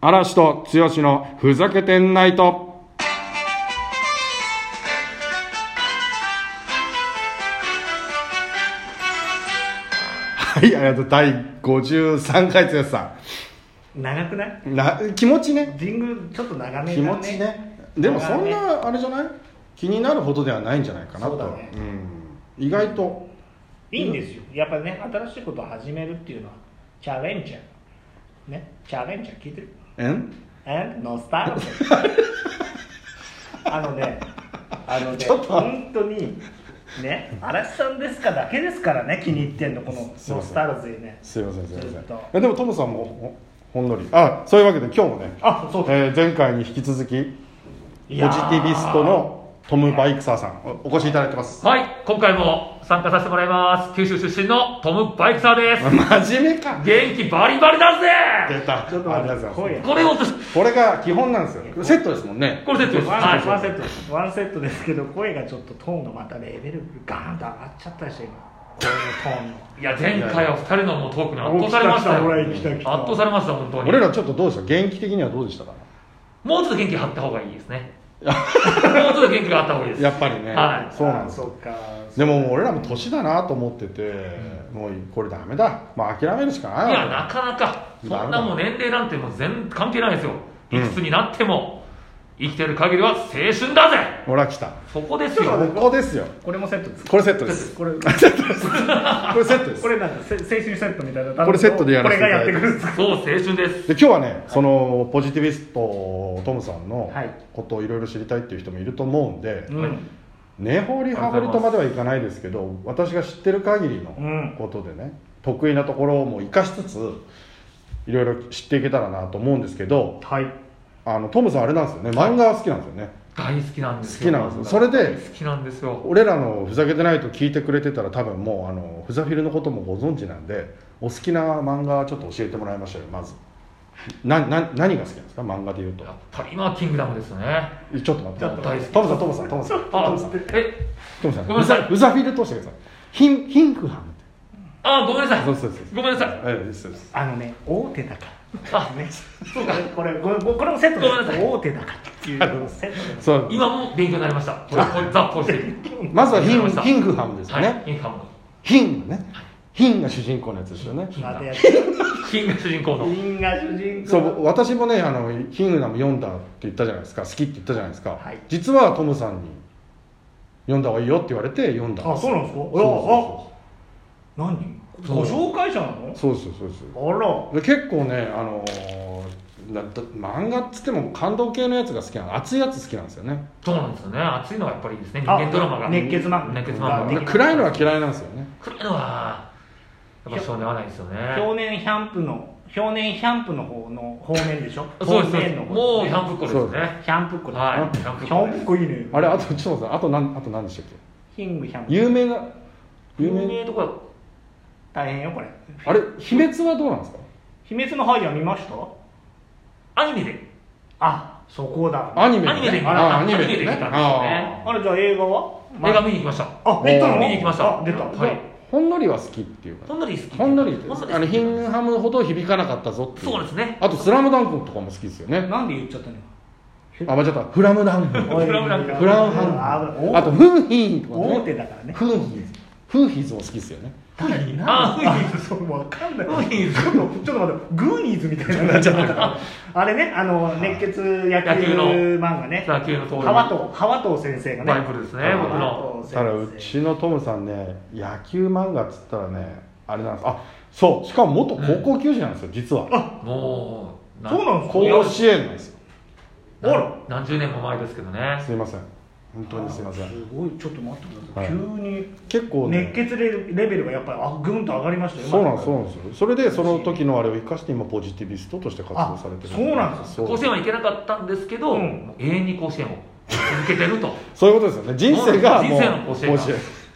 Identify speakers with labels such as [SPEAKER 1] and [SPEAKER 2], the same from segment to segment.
[SPEAKER 1] 嵐と剛のふざけてんないと。はい、ありがとう。第53回剛さ
[SPEAKER 2] 長くない
[SPEAKER 1] ん。な、気持ちね。
[SPEAKER 2] 神宮ちょっと長め
[SPEAKER 1] 気
[SPEAKER 2] だね
[SPEAKER 1] 持ちね。でもそん
[SPEAKER 2] 長め
[SPEAKER 1] な、あれじゃない気になるほどではないんじゃないかなと。
[SPEAKER 2] そうだね
[SPEAKER 1] うん。意外と。
[SPEAKER 2] いいんですよやっぱね新しいことを始めるっていうのはチャレンジャーねチャレンジャー聞いてる
[SPEAKER 1] えん
[SPEAKER 2] And no style あのねあのね
[SPEAKER 1] ちょっと
[SPEAKER 2] 本当にね嵐さんですかだけですからね気に入ってんのこの「
[SPEAKER 1] すいませ
[SPEAKER 2] ノ
[SPEAKER 1] ん
[SPEAKER 2] スタルジーね
[SPEAKER 1] すいません、すいませ
[SPEAKER 2] ずっ
[SPEAKER 1] ん
[SPEAKER 2] と。
[SPEAKER 1] えでもトムさんもほほんのり。あ、そういうわけで今日もね、
[SPEAKER 2] あそうだ
[SPEAKER 1] えー前回に引き続き、ポ
[SPEAKER 2] い
[SPEAKER 1] ジテ
[SPEAKER 2] やー
[SPEAKER 1] ィビストのトム・バイクサーさんおお越しいただいてます
[SPEAKER 3] はい、今回も参加させてもらいます。九州出身のトム・バイクサーです。
[SPEAKER 1] 真面目か
[SPEAKER 3] 元気バリバリだ
[SPEAKER 1] 出
[SPEAKER 3] ぜ
[SPEAKER 1] た
[SPEAKER 2] ちょっと
[SPEAKER 1] あ
[SPEAKER 2] 待
[SPEAKER 1] り
[SPEAKER 2] っ
[SPEAKER 1] が
[SPEAKER 2] て
[SPEAKER 1] とうございます
[SPEAKER 2] 今夜
[SPEAKER 3] これを、
[SPEAKER 1] これが基本なんですよセットですもんね
[SPEAKER 3] これセットです。
[SPEAKER 2] ワンワンセ
[SPEAKER 3] は
[SPEAKER 2] ットですワンセットですけど声がちょっとトーンがまたレベルガーンと上がっちゃったでしょ今声のトーンの
[SPEAKER 3] い。いや、前回は二人のもうトークに圧倒されましたよ。
[SPEAKER 2] お
[SPEAKER 3] 圧
[SPEAKER 2] 来た来た来た来た
[SPEAKER 3] 倒されました、本当に。
[SPEAKER 1] 俺らちょっとどうでした元気的にはどうでしたか
[SPEAKER 3] もうちょっと元気張った方がいいですね。もうちょっと元気があった方がいいです。
[SPEAKER 1] やっぱりね、
[SPEAKER 3] はい
[SPEAKER 1] そうなんです
[SPEAKER 2] そっか
[SPEAKER 1] でももう俺らも年だなと思ってて、もうこれダメだまあ諦めるしかない
[SPEAKER 3] い
[SPEAKER 1] わ
[SPEAKER 3] や、なかなか、そんなもう年齢なんてもう全関係ないですよ。いくつになっても、生きてる限りは青春だぜ
[SPEAKER 1] ほら来た
[SPEAKER 3] そこです
[SPEAKER 2] ちょっ
[SPEAKER 3] よ。
[SPEAKER 1] ここですよ
[SPEAKER 2] これもセットです
[SPEAKER 1] これセットです
[SPEAKER 2] これ
[SPEAKER 1] セットですこれセットです
[SPEAKER 2] これなんかせ青春セットみたいな
[SPEAKER 1] これセットでやらせてい
[SPEAKER 2] これ
[SPEAKER 1] た
[SPEAKER 2] がや
[SPEAKER 1] だいて
[SPEAKER 2] ってくるんですか
[SPEAKER 3] そう、青春です。
[SPEAKER 1] で今日はね、そのポジティビストトムさんの
[SPEAKER 2] はい
[SPEAKER 1] ことをいろいろ知りたいっていう人もいると思うんで、
[SPEAKER 2] うん
[SPEAKER 1] 根掘り葉掘りとまではいかないですけど私が知ってる限りの
[SPEAKER 2] うん
[SPEAKER 1] ことでね、得意なところも生かしつついろいろ知っていけたらなと思うんですけど
[SPEAKER 2] はい
[SPEAKER 1] あのトムさんあれなんですよね漫画は好きなんですよね、
[SPEAKER 3] 大好きなんです
[SPEAKER 1] 好き
[SPEAKER 3] よ
[SPEAKER 1] なんですよそれで
[SPEAKER 3] 好きなんですよ
[SPEAKER 1] 俺らの「ふざけてないと」聞いてくれてたら多分もうあのふざフィルのこともご存知なんでお好きな漫画ちょっと教えてもらいましょうよまずなな何が好きなんですか漫画で言うと
[SPEAKER 3] やっぱり今はキングダムですよね
[SPEAKER 1] えちょっと待って
[SPEAKER 3] ちょっと大好き
[SPEAKER 1] トムさんトムさんトムさんト
[SPEAKER 3] あ
[SPEAKER 1] ムさん
[SPEAKER 3] え
[SPEAKER 1] トムさん
[SPEAKER 3] ごめんなさい
[SPEAKER 1] ウザフィル通してくださいヒンヒンクハンって
[SPEAKER 3] あごめんなさい
[SPEAKER 1] そうそうそうそう
[SPEAKER 3] ごめんなさい
[SPEAKER 1] ええですです
[SPEAKER 2] あのね大手だか
[SPEAKER 3] あ
[SPEAKER 2] らねそうかこれこれこれもセットで
[SPEAKER 3] ごめんなさ
[SPEAKER 2] す
[SPEAKER 3] い
[SPEAKER 2] 大手だからっていうセットで
[SPEAKER 1] そう
[SPEAKER 3] 今も勉強になりましたこれこれザ・ポジティブ
[SPEAKER 1] まずはヒ
[SPEAKER 3] わかりま
[SPEAKER 1] ン
[SPEAKER 3] した
[SPEAKER 1] ヒンフハムですよね、
[SPEAKER 3] はいキングダム
[SPEAKER 1] ヒンがねヒンが主人公のやつですよね
[SPEAKER 3] キングダ
[SPEAKER 2] またや
[SPEAKER 3] ム
[SPEAKER 2] ってる
[SPEAKER 3] キングが主人公の
[SPEAKER 2] 銀河主人公
[SPEAKER 1] そう私もねあの「キングダム」読んだって言ったじゃないですか好きって言ったじゃないですか、
[SPEAKER 2] はい
[SPEAKER 1] 実はトムさんに「読んだ方がいいよ」って言われて読んだ
[SPEAKER 2] あそうなんですか
[SPEAKER 1] そう
[SPEAKER 2] ああ何
[SPEAKER 3] そう
[SPEAKER 2] ご紹介者なの
[SPEAKER 1] そうそうそうです
[SPEAKER 2] あら
[SPEAKER 1] で結構ねあのーなだ漫画っつっても感動系のやつが好きなの熱いやつ好きなんですよね
[SPEAKER 3] そうなんですよね熱いのがやっぱりいいですね人間ドラマが
[SPEAKER 2] あ熱血漫画
[SPEAKER 3] 熱血漫
[SPEAKER 2] うん
[SPEAKER 3] 画
[SPEAKER 1] 暗いのは嫌いなんですよね
[SPEAKER 3] 暗いのはやっぱそうではないですよね
[SPEAKER 2] 表年ヒャンプの表年ヒャンプの方の方面でしょ
[SPEAKER 3] そうで
[SPEAKER 2] 方
[SPEAKER 3] すそうで
[SPEAKER 2] 面
[SPEAKER 3] す
[SPEAKER 2] の方
[SPEAKER 3] もうキャンプっ子ですね
[SPEAKER 2] ヒャンプっ子だ
[SPEAKER 3] はいキャンプ
[SPEAKER 2] ヒ
[SPEAKER 3] っ
[SPEAKER 2] ャン
[SPEAKER 3] 子で
[SPEAKER 2] プっ
[SPEAKER 3] す
[SPEAKER 2] 子いいね
[SPEAKER 1] あれあとちょっと待ってあと何あと何でしたっけ
[SPEAKER 2] キングヒャンプ
[SPEAKER 1] 有名な有
[SPEAKER 3] 有
[SPEAKER 1] 名
[SPEAKER 3] 名とこ
[SPEAKER 2] 大変よこれ
[SPEAKER 1] あれ秘密はどうなんですか
[SPEAKER 2] 秘密のハイヤー見ました
[SPEAKER 3] アニメで
[SPEAKER 2] あそこだ
[SPEAKER 1] アニメ
[SPEAKER 3] アニメで見た
[SPEAKER 1] あアニメ
[SPEAKER 3] アニメで見たんですよね
[SPEAKER 1] あ
[SPEAKER 2] あれじゃあ映画は
[SPEAKER 3] 映画見に行きました
[SPEAKER 2] あ出たの
[SPEAKER 3] 見に行きました
[SPEAKER 2] あ出た
[SPEAKER 3] はい
[SPEAKER 1] ーほんのりは好きっていうか
[SPEAKER 3] ほんのり好き
[SPEAKER 1] ほんのりって
[SPEAKER 3] ほんのり
[SPEAKER 1] あ
[SPEAKER 3] 好
[SPEAKER 1] の
[SPEAKER 3] き
[SPEAKER 1] ヒンハムほど響かなかったぞってい
[SPEAKER 3] そうですね
[SPEAKER 1] あと「スラムダンクとかも好きですよね
[SPEAKER 2] なんで言っちゃったの
[SPEAKER 1] あ間違った「フラムダンク」
[SPEAKER 2] おい
[SPEAKER 3] フランフラン
[SPEAKER 1] フランハ
[SPEAKER 2] お
[SPEAKER 1] ムあと「フーヒー」と
[SPEAKER 2] 大
[SPEAKER 1] か
[SPEAKER 2] 手
[SPEAKER 1] ね
[SPEAKER 2] だからね
[SPEAKER 1] フーヒーズフーヒーズも好きですよね
[SPEAKER 3] あフーニ
[SPEAKER 2] ーズそうわかんない
[SPEAKER 3] フーニーズ
[SPEAKER 2] ちょっとちょっと待ってグーニーズみたいになっちゃったあれねあの熱血野
[SPEAKER 3] 野
[SPEAKER 2] 球
[SPEAKER 3] 球の
[SPEAKER 2] 漫画ね
[SPEAKER 3] 野球の通り
[SPEAKER 2] 川藤川藤先生がね
[SPEAKER 3] バイブルですね
[SPEAKER 1] 僕
[SPEAKER 3] の
[SPEAKER 2] 川藤先生
[SPEAKER 1] ただうちのトムさんね野球漫画っつったらねあれなんですあそうしかも元高校球児なんですよ実は
[SPEAKER 3] もう
[SPEAKER 2] そうなんですか
[SPEAKER 1] 甲子園なんですよ
[SPEAKER 2] あら
[SPEAKER 3] 何十年も前ですけどね
[SPEAKER 1] すいません本当にすいません
[SPEAKER 2] すごいちょっと待ってください急
[SPEAKER 1] はい
[SPEAKER 2] に
[SPEAKER 1] 結構ね
[SPEAKER 2] 熱血レベルがやっぱりあぐんと上がりましたよ
[SPEAKER 1] そうなんですそうなんですよそれでその時のあれを生かして今ポジティビストとして活動されてる
[SPEAKER 2] あそうなんです
[SPEAKER 1] そう
[SPEAKER 3] 甲子園は行けなかったんですけど、
[SPEAKER 2] うん
[SPEAKER 3] もう永遠に甲子園を続けてると
[SPEAKER 1] そういうことですよね人生がもう
[SPEAKER 3] 人生の甲子園が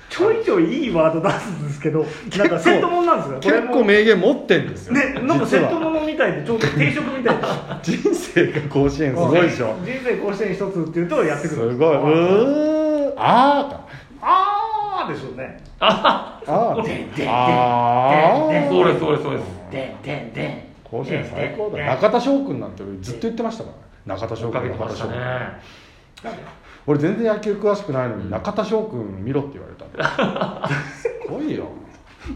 [SPEAKER 2] ちょいちょいいいワード出すんですけどなんかセットもんなんですよこれ
[SPEAKER 1] 結
[SPEAKER 2] も
[SPEAKER 1] 構名言持ってんですよ
[SPEAKER 2] ねなんかセット
[SPEAKER 1] の
[SPEAKER 2] ものみたいでちょうど定食みたいで
[SPEAKER 1] 人生が甲子園すごいでしょ
[SPEAKER 2] 人生甲子園一つっていうとやってく
[SPEAKER 1] す
[SPEAKER 2] る
[SPEAKER 1] ごいうーあ
[SPEAKER 2] あーでしょうね
[SPEAKER 3] あ
[SPEAKER 1] ーかあ
[SPEAKER 3] で
[SPEAKER 1] ーあー
[SPEAKER 3] そうですそうですそうです
[SPEAKER 2] でんでんでん
[SPEAKER 1] こ甲子園最高だ、
[SPEAKER 2] ね
[SPEAKER 1] 中田翔君なんて俺ずっと言ってましたから、中田
[SPEAKER 3] 追
[SPEAKER 1] 翔
[SPEAKER 3] っかけ
[SPEAKER 1] 君中
[SPEAKER 3] てま
[SPEAKER 1] 田
[SPEAKER 3] し
[SPEAKER 1] 翔
[SPEAKER 3] た
[SPEAKER 1] 君、
[SPEAKER 3] ね
[SPEAKER 1] 俺全然野球詳しくないのに、
[SPEAKER 3] うん
[SPEAKER 1] 中田翔君見ろって言われたすごいよ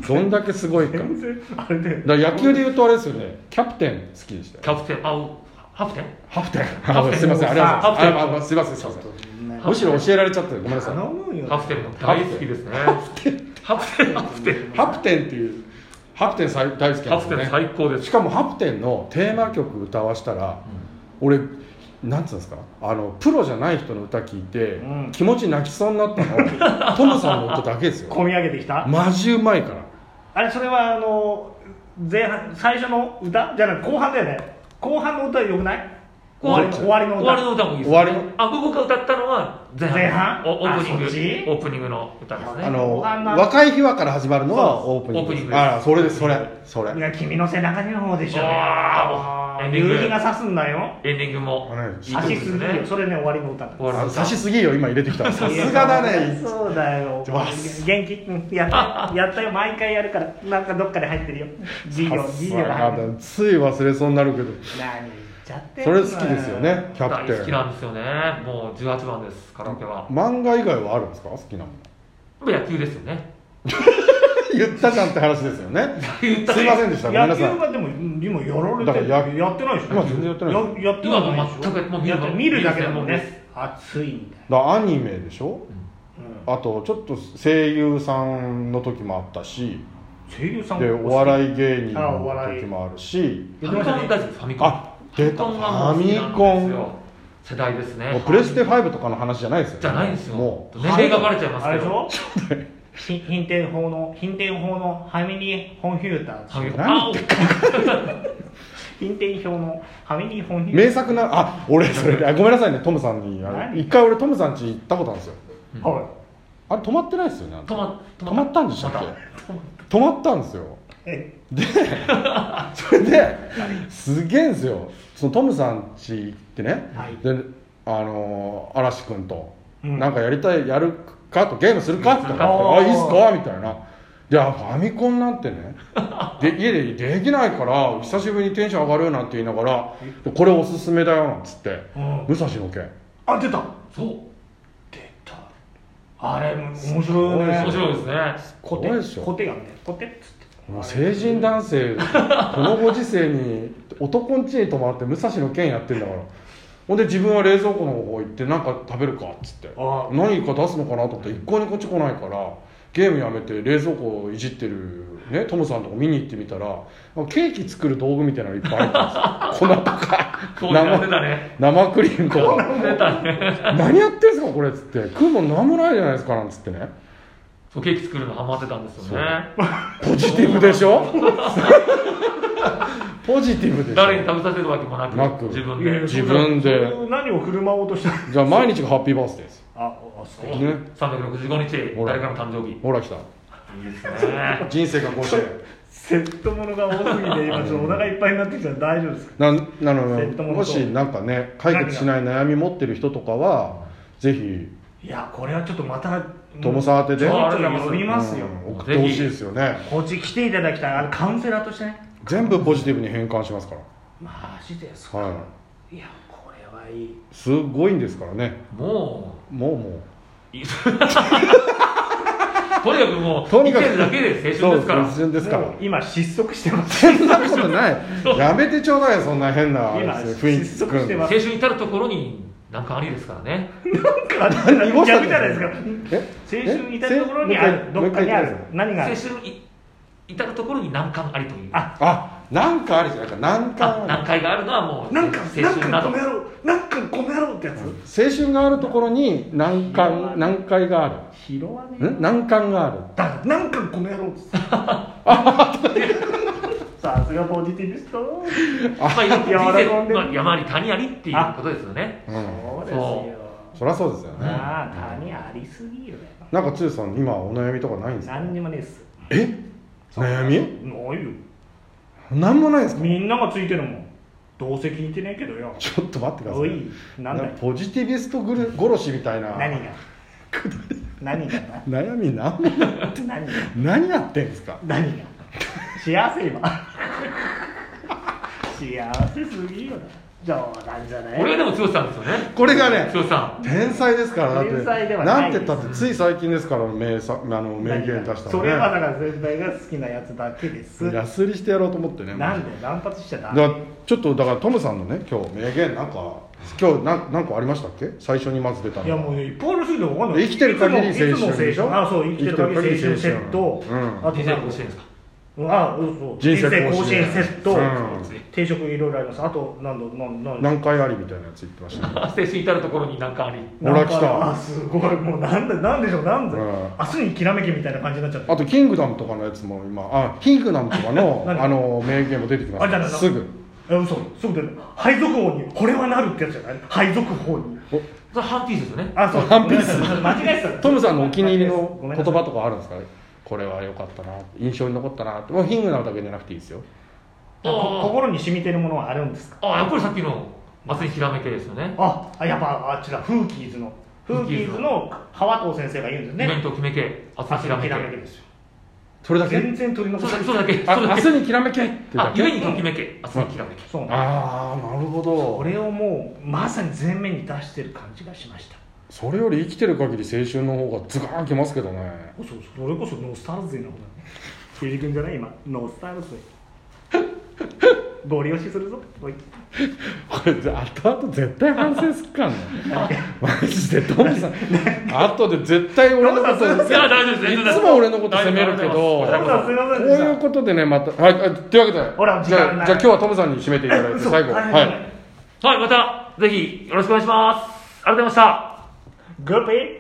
[SPEAKER 1] どんだけすごいかだか
[SPEAKER 2] 全然あれで
[SPEAKER 1] ら野球で言うとあれですよねキャプテン好きでしたよ
[SPEAKER 3] キャプテンあおハプテン
[SPEAKER 1] ハプテン
[SPEAKER 3] ハプテン
[SPEAKER 1] すいませんありがとうございます
[SPEAKER 3] ハプテ
[SPEAKER 1] あ
[SPEAKER 3] ン
[SPEAKER 1] ああすいませんすいません
[SPEAKER 2] ね
[SPEAKER 1] むしろ教えられちゃってごめんなさい
[SPEAKER 2] 頼むよ
[SPEAKER 3] ハプテンも大好きですねハプテンハプテンハプテン
[SPEAKER 1] ハプテンっていうハプテン最大好きなんですよね
[SPEAKER 3] 最高です
[SPEAKER 1] しかもハプテンのテーマ曲歌わしたら、俺なんつうんですかあのプロじゃない人の歌聞いて、
[SPEAKER 2] うん
[SPEAKER 1] 気持ち泣きそうになった のトムさんの音だけですよ
[SPEAKER 2] 込み上げてきた
[SPEAKER 1] マジうまいから
[SPEAKER 2] あれそれはあの前半最初の歌じゃない後半だよね後半の歌よくない終わり終わりの歌
[SPEAKER 3] 終わりの歌もいいです、ね、
[SPEAKER 1] 終わりの
[SPEAKER 3] あ僕が歌ったのは前半
[SPEAKER 2] 前半
[SPEAKER 3] おオープニング
[SPEAKER 2] あそっち
[SPEAKER 3] オープニングの歌ですね
[SPEAKER 1] あの
[SPEAKER 2] 後半の
[SPEAKER 1] 若い日はから始まるのは
[SPEAKER 3] そう
[SPEAKER 1] オープニング
[SPEAKER 3] オープニングです
[SPEAKER 1] ああそれですそれそれ
[SPEAKER 2] いや君の背中にの方でしょ
[SPEAKER 3] あーエンディング
[SPEAKER 2] 夕日が差すんだよ
[SPEAKER 3] エンディングも
[SPEAKER 1] あれ
[SPEAKER 3] いい曲
[SPEAKER 2] 足
[SPEAKER 3] です
[SPEAKER 2] ぎるよ
[SPEAKER 3] ね
[SPEAKER 2] それね終わりの歌だ
[SPEAKER 3] 終わり
[SPEAKER 1] あ
[SPEAKER 3] の歌
[SPEAKER 1] 差しすぎよ今入れてき たさすがだね
[SPEAKER 2] そうだよ
[SPEAKER 1] ちょわ
[SPEAKER 2] 元気うんや ったやったよ毎回やるからなんかどっかで入ってるよ G よ G よが入ってる
[SPEAKER 1] つい忘れそうになるけど
[SPEAKER 2] 何言っちゃってん
[SPEAKER 1] そ
[SPEAKER 2] の
[SPEAKER 1] れ
[SPEAKER 2] よ
[SPEAKER 1] 好きですよねキャ
[SPEAKER 3] 大
[SPEAKER 1] プ
[SPEAKER 3] 好き
[SPEAKER 1] テン
[SPEAKER 3] なんですよねもう18番ですカラオケは
[SPEAKER 1] 漫画以外はあるんですか好きなもの
[SPEAKER 3] 野球ですよね
[SPEAKER 1] 言ったじゃんって話ですよね
[SPEAKER 3] 言ったね
[SPEAKER 1] すいませんでしたごめん
[SPEAKER 2] 野
[SPEAKER 1] な
[SPEAKER 2] 球
[SPEAKER 1] さい
[SPEAKER 2] はでも今やられて
[SPEAKER 1] だからや
[SPEAKER 2] やってないでしょ
[SPEAKER 1] 今全然やってない
[SPEAKER 2] ややって
[SPEAKER 3] 今も
[SPEAKER 2] な
[SPEAKER 3] う
[SPEAKER 2] いでしょ
[SPEAKER 3] 全くもう見
[SPEAKER 2] や
[SPEAKER 3] る
[SPEAKER 2] っ
[SPEAKER 3] の
[SPEAKER 2] て見るだけだもん
[SPEAKER 3] 見る専
[SPEAKER 2] ね暑いんだよ、
[SPEAKER 1] だからアニメでしょ
[SPEAKER 2] うん
[SPEAKER 1] あとちょっと声優さんの時もあったし
[SPEAKER 2] 声優さん
[SPEAKER 1] でお笑い芸人
[SPEAKER 2] あお
[SPEAKER 1] の
[SPEAKER 2] 笑い
[SPEAKER 1] 時もあるし
[SPEAKER 3] ファミコン大好きファミコン
[SPEAKER 1] あ出た
[SPEAKER 3] ファミコンがもう好きなんですよ世代です
[SPEAKER 1] もう
[SPEAKER 3] ね
[SPEAKER 1] プレステ5とかの話じゃないですよね
[SPEAKER 3] じゃないんですよ
[SPEAKER 1] もう
[SPEAKER 3] 年齢がバレちゃいます
[SPEAKER 2] あ
[SPEAKER 3] け
[SPEAKER 2] れでし
[SPEAKER 3] ど
[SPEAKER 2] ょひ貧天法の貧天法のハミニーコンピューターでしょ
[SPEAKER 3] ファミコン
[SPEAKER 1] なん
[SPEAKER 3] あ
[SPEAKER 2] 貧天表のハミニーコンピューター
[SPEAKER 1] 名作なあ俺それであごめんなさいねトムさんにあの
[SPEAKER 2] 何
[SPEAKER 1] 一回俺トムさん家行ったことあるんですよ
[SPEAKER 2] はい
[SPEAKER 1] あれ止まってないですよねあん
[SPEAKER 3] 止
[SPEAKER 1] た
[SPEAKER 3] ま
[SPEAKER 1] 止まったんでしたっ
[SPEAKER 3] ま
[SPEAKER 1] け止まったんですよ
[SPEAKER 2] え
[SPEAKER 1] それですげえんですよそのトムさん家行ってね、
[SPEAKER 2] はい
[SPEAKER 1] であのー嵐君と、
[SPEAKER 2] うん
[SPEAKER 1] なんかやりたいやるかとゲームするかとかって「
[SPEAKER 2] うん
[SPEAKER 1] あいいっすか?」みたいな「いやファミコンなんて ねで家でできないから久しぶりにテンション上がるよ」なんて言いながら「これおすすめだよ」なんつって
[SPEAKER 2] うん
[SPEAKER 1] 「武蔵野剣
[SPEAKER 2] あ出た
[SPEAKER 3] そう
[SPEAKER 2] 出たあれ面白いね
[SPEAKER 3] 面白いですね
[SPEAKER 2] コ
[SPEAKER 1] 怖いでし
[SPEAKER 2] テ
[SPEAKER 1] ょ
[SPEAKER 2] コテがねコテっつって
[SPEAKER 1] もう成人男 性このご時世に男ん家に泊まって武蔵野剣やってんだからほんで自分は冷蔵庫の方行って何か食べるかっつって
[SPEAKER 2] ああ
[SPEAKER 1] 何か出すのかなと思って一向にこっち来ないからゲームやめて冷蔵庫をいじってる、ね、トムさんとか見に行ってみたらケーキ作る道具みたいなのいっぱいあ ったんですよ粉とか
[SPEAKER 3] 当時やってたね
[SPEAKER 1] 生クリームとか
[SPEAKER 3] 出たね
[SPEAKER 1] 何やってんすかこれっつって食うもん何もないじゃないですかなんつってね
[SPEAKER 3] そうケーキ作るのハマってたんですよね
[SPEAKER 1] ポジティブでし ょポジティブでしょ
[SPEAKER 3] 誰に食べさせるわけもなく
[SPEAKER 1] なく
[SPEAKER 3] 自分
[SPEAKER 2] いやいや
[SPEAKER 3] で
[SPEAKER 1] 自分で
[SPEAKER 2] そんな何を振る舞おうとしたの
[SPEAKER 1] じゃあ毎日がハッピーバースデーです
[SPEAKER 2] ああ素敵
[SPEAKER 1] ね
[SPEAKER 3] 365日
[SPEAKER 1] ほら
[SPEAKER 3] 誰かの誕生日
[SPEAKER 1] ほら来た
[SPEAKER 3] いいですね
[SPEAKER 1] 人生がこうして
[SPEAKER 2] セットものが多すぎて今ちょっとお腹いっぱいになってきたら大丈夫ですか
[SPEAKER 1] ななの
[SPEAKER 2] セットものと
[SPEAKER 1] もしなんかね解決しない悩み持ってる人とかはぜひ
[SPEAKER 2] いやこれはちょっとまた
[SPEAKER 1] トモさん宛てで
[SPEAKER 2] ちょっと読みますよ、
[SPEAKER 1] うん送ってほしいですよね
[SPEAKER 2] こっち来ていただきたいあのカウンセラーとしてね
[SPEAKER 1] 全部ポジティブに変換しますか
[SPEAKER 2] マジです
[SPEAKER 1] ら
[SPEAKER 2] か、、
[SPEAKER 1] はい
[SPEAKER 2] やこれはいい
[SPEAKER 1] いすごいんですからね
[SPEAKER 3] も
[SPEAKER 1] もうも
[SPEAKER 3] ういいとにかくもう
[SPEAKER 1] とにかく
[SPEAKER 3] 生きてるだけで
[SPEAKER 1] う
[SPEAKER 3] 青春ですか
[SPEAKER 1] そう
[SPEAKER 3] ら
[SPEAKER 1] 青春ですか
[SPEAKER 2] も
[SPEAKER 1] ら
[SPEAKER 2] う今失速してます
[SPEAKER 1] そんなことないやめてちょうだいよそんな変な
[SPEAKER 2] 今
[SPEAKER 1] 雰囲気作る
[SPEAKER 2] 失速して
[SPEAKER 1] の
[SPEAKER 2] ま
[SPEAKER 3] 青春至る所に何かありですからね
[SPEAKER 1] 濁し
[SPEAKER 2] 逆じ
[SPEAKER 1] た
[SPEAKER 2] ゃ
[SPEAKER 1] ん
[SPEAKER 2] ない
[SPEAKER 1] で
[SPEAKER 2] ですす
[SPEAKER 1] か
[SPEAKER 2] か
[SPEAKER 1] え
[SPEAKER 2] 青春至る所にあ
[SPEAKER 1] え
[SPEAKER 2] るどっかにあ
[SPEAKER 1] もう一回言ってくだ
[SPEAKER 2] る
[SPEAKER 1] さい
[SPEAKER 2] 何があ
[SPEAKER 3] 青
[SPEAKER 2] る
[SPEAKER 3] 春い至る所に難関ありという
[SPEAKER 2] あ
[SPEAKER 1] あなんかあるじゃないか難
[SPEAKER 3] あ
[SPEAKER 1] 関
[SPEAKER 3] 難関があるのはもう
[SPEAKER 2] なんか
[SPEAKER 3] 青
[SPEAKER 2] なん
[SPEAKER 3] 春な
[SPEAKER 2] か
[SPEAKER 3] ど
[SPEAKER 2] この野郎なんかこの野郎ってやつ、
[SPEAKER 1] 青春があるところに難関難解がある
[SPEAKER 2] 拾わねえ
[SPEAKER 1] ん難関がある
[SPEAKER 2] だなんかこの野郎っつって さすがポジティブスト
[SPEAKER 3] まあいろいろ
[SPEAKER 2] あ
[SPEAKER 3] 人
[SPEAKER 2] 喜ん
[SPEAKER 3] 生
[SPEAKER 2] で
[SPEAKER 3] まあ山あり谷ありっていうことですよね
[SPEAKER 1] うん
[SPEAKER 2] そうですよ
[SPEAKER 1] そりゃそうですよね
[SPEAKER 2] まあ谷ありすぎるよ
[SPEAKER 1] なんかつゆさん今お悩みとかないんですか
[SPEAKER 2] 何にもねえっす
[SPEAKER 1] え悩み
[SPEAKER 2] ないよ
[SPEAKER 1] 何もないんですか
[SPEAKER 2] みんながついてるもんどうせ聞いてねえけどよ
[SPEAKER 1] ちょっと待ってくださ
[SPEAKER 2] お
[SPEAKER 1] い
[SPEAKER 2] いなんだ
[SPEAKER 1] ないんかポジティビストぐる殺しみたいな
[SPEAKER 2] 何が何がな
[SPEAKER 1] 悩み何も
[SPEAKER 2] 何が
[SPEAKER 1] 何やってんですか
[SPEAKER 2] 何が幸せ今幸せすぎるよ冗談じゃない
[SPEAKER 3] 俺はでも剛さんですよね
[SPEAKER 1] これがね
[SPEAKER 3] 剛さ
[SPEAKER 1] 天才ですからだって
[SPEAKER 2] 天才では
[SPEAKER 1] な
[SPEAKER 2] なんい
[SPEAKER 1] て言
[SPEAKER 2] です
[SPEAKER 1] ったってつい最近ですから名作あの名言出した
[SPEAKER 2] それは
[SPEAKER 1] の
[SPEAKER 2] だから全体が好きなやつだけです
[SPEAKER 1] ねやすりしてやろうと思ってね
[SPEAKER 2] なんで乱発しちゃ
[SPEAKER 1] だ
[SPEAKER 2] ダ
[SPEAKER 1] か
[SPEAKER 2] メ
[SPEAKER 1] らちょっとだからトムさんのね今日名言なんか今日なん何個ありましたっけ最初にまず出たの
[SPEAKER 2] いやもういっぱいあるしでわかんない
[SPEAKER 1] 生きてる限り青春
[SPEAKER 2] いつもいつも
[SPEAKER 1] でしょ
[SPEAKER 2] あそう生きてる限り青春セット
[SPEAKER 1] 生きてる限り青春うん
[SPEAKER 2] あ
[SPEAKER 3] ん
[SPEAKER 2] となん
[SPEAKER 3] 人生甲
[SPEAKER 2] か
[SPEAKER 3] 子園ですか
[SPEAKER 2] あうんそう
[SPEAKER 1] 人生
[SPEAKER 2] 人
[SPEAKER 1] 甲
[SPEAKER 2] 生甲
[SPEAKER 1] 子
[SPEAKER 2] 子
[SPEAKER 1] 園
[SPEAKER 2] 園セット
[SPEAKER 1] うん
[SPEAKER 2] 定食いろいろありますあと何度何度
[SPEAKER 1] 何回ありみたいなやつ言ってましたね
[SPEAKER 3] 青春至る所に何かあり
[SPEAKER 1] ほら来た
[SPEAKER 2] あすごいもうなんでなんでしょうなんで
[SPEAKER 1] うん
[SPEAKER 2] 明日にきらめきみたいな感じになっちゃって
[SPEAKER 1] あと「キングダム」とかのやつも今あキングダムとかの
[SPEAKER 2] 何
[SPEAKER 1] あの名言も出てきまし
[SPEAKER 2] あじゃ
[SPEAKER 1] た
[SPEAKER 2] あじゃあ
[SPEAKER 1] すぐ
[SPEAKER 2] え嘘すぐ出る配属法にこれはなるってやつじゃない配属法に
[SPEAKER 3] それハンピースですよね
[SPEAKER 2] あそう
[SPEAKER 1] ワンピース
[SPEAKER 2] 間違えてた
[SPEAKER 1] トムさんのお気に入りの
[SPEAKER 2] ごめ
[SPEAKER 1] 言
[SPEAKER 2] んなさい
[SPEAKER 1] 葉とかあるんですかこれは良かったな印象に残ったなもうキングダムだけじゃなくていいですよ
[SPEAKER 2] こ心に染みてるものはあるんですか
[SPEAKER 3] あやっぱりさっきの明日にきらめきですよね
[SPEAKER 2] ああやっぱあっちだフーキーズのフーキーズの川藤先生が言うんです
[SPEAKER 3] イベン
[SPEAKER 2] ね
[SPEAKER 3] トを決めけ明日
[SPEAKER 2] 明日
[SPEAKER 3] にきら
[SPEAKER 2] に
[SPEAKER 3] め
[SPEAKER 2] き
[SPEAKER 3] け
[SPEAKER 2] らめきですよ
[SPEAKER 1] それだけ
[SPEAKER 2] 全然取り
[SPEAKER 3] そ
[SPEAKER 2] 残
[SPEAKER 3] う
[SPEAKER 2] さ
[SPEAKER 3] だ
[SPEAKER 2] れ
[SPEAKER 3] け
[SPEAKER 2] て
[SPEAKER 3] そうだ
[SPEAKER 1] あ
[SPEAKER 3] けそうだ
[SPEAKER 1] 明
[SPEAKER 3] け
[SPEAKER 1] 日にきらめけっていう
[SPEAKER 3] あ
[SPEAKER 1] だけ
[SPEAKER 3] 夢にときめけ明日にきらめけ
[SPEAKER 2] そうなんです
[SPEAKER 1] ああなるほ
[SPEAKER 2] こ
[SPEAKER 1] ど
[SPEAKER 2] れをもうまさに前面に出してる感じがしました
[SPEAKER 1] それより生きてる限り青春の方がズガーンきますけどね
[SPEAKER 2] そうそれこそノスタルジーなことだね藤井君じゃない今ノスタルジ ーご利用しするぞおい
[SPEAKER 1] これ後々絶対反省すっかんねマジでトムさん後で絶対俺のこと
[SPEAKER 2] トムさん
[SPEAKER 3] いや大丈夫です全然
[SPEAKER 1] いつも俺のこと責めるけど
[SPEAKER 3] 大丈夫です
[SPEAKER 2] すいま
[SPEAKER 1] こ
[SPEAKER 2] せ
[SPEAKER 1] うん
[SPEAKER 2] でした
[SPEAKER 1] いうことでねまたはいはいというわけで
[SPEAKER 2] ほら
[SPEAKER 1] じ
[SPEAKER 2] 時間
[SPEAKER 1] ゃ
[SPEAKER 2] な
[SPEAKER 1] あ
[SPEAKER 2] い
[SPEAKER 1] じゃあ今日はトムさんに締めていただいて
[SPEAKER 2] 嘘
[SPEAKER 1] 最後
[SPEAKER 2] はい
[SPEAKER 1] はい
[SPEAKER 3] はいまたぜひよろしくお願いしますありがとうございました
[SPEAKER 2] グッピー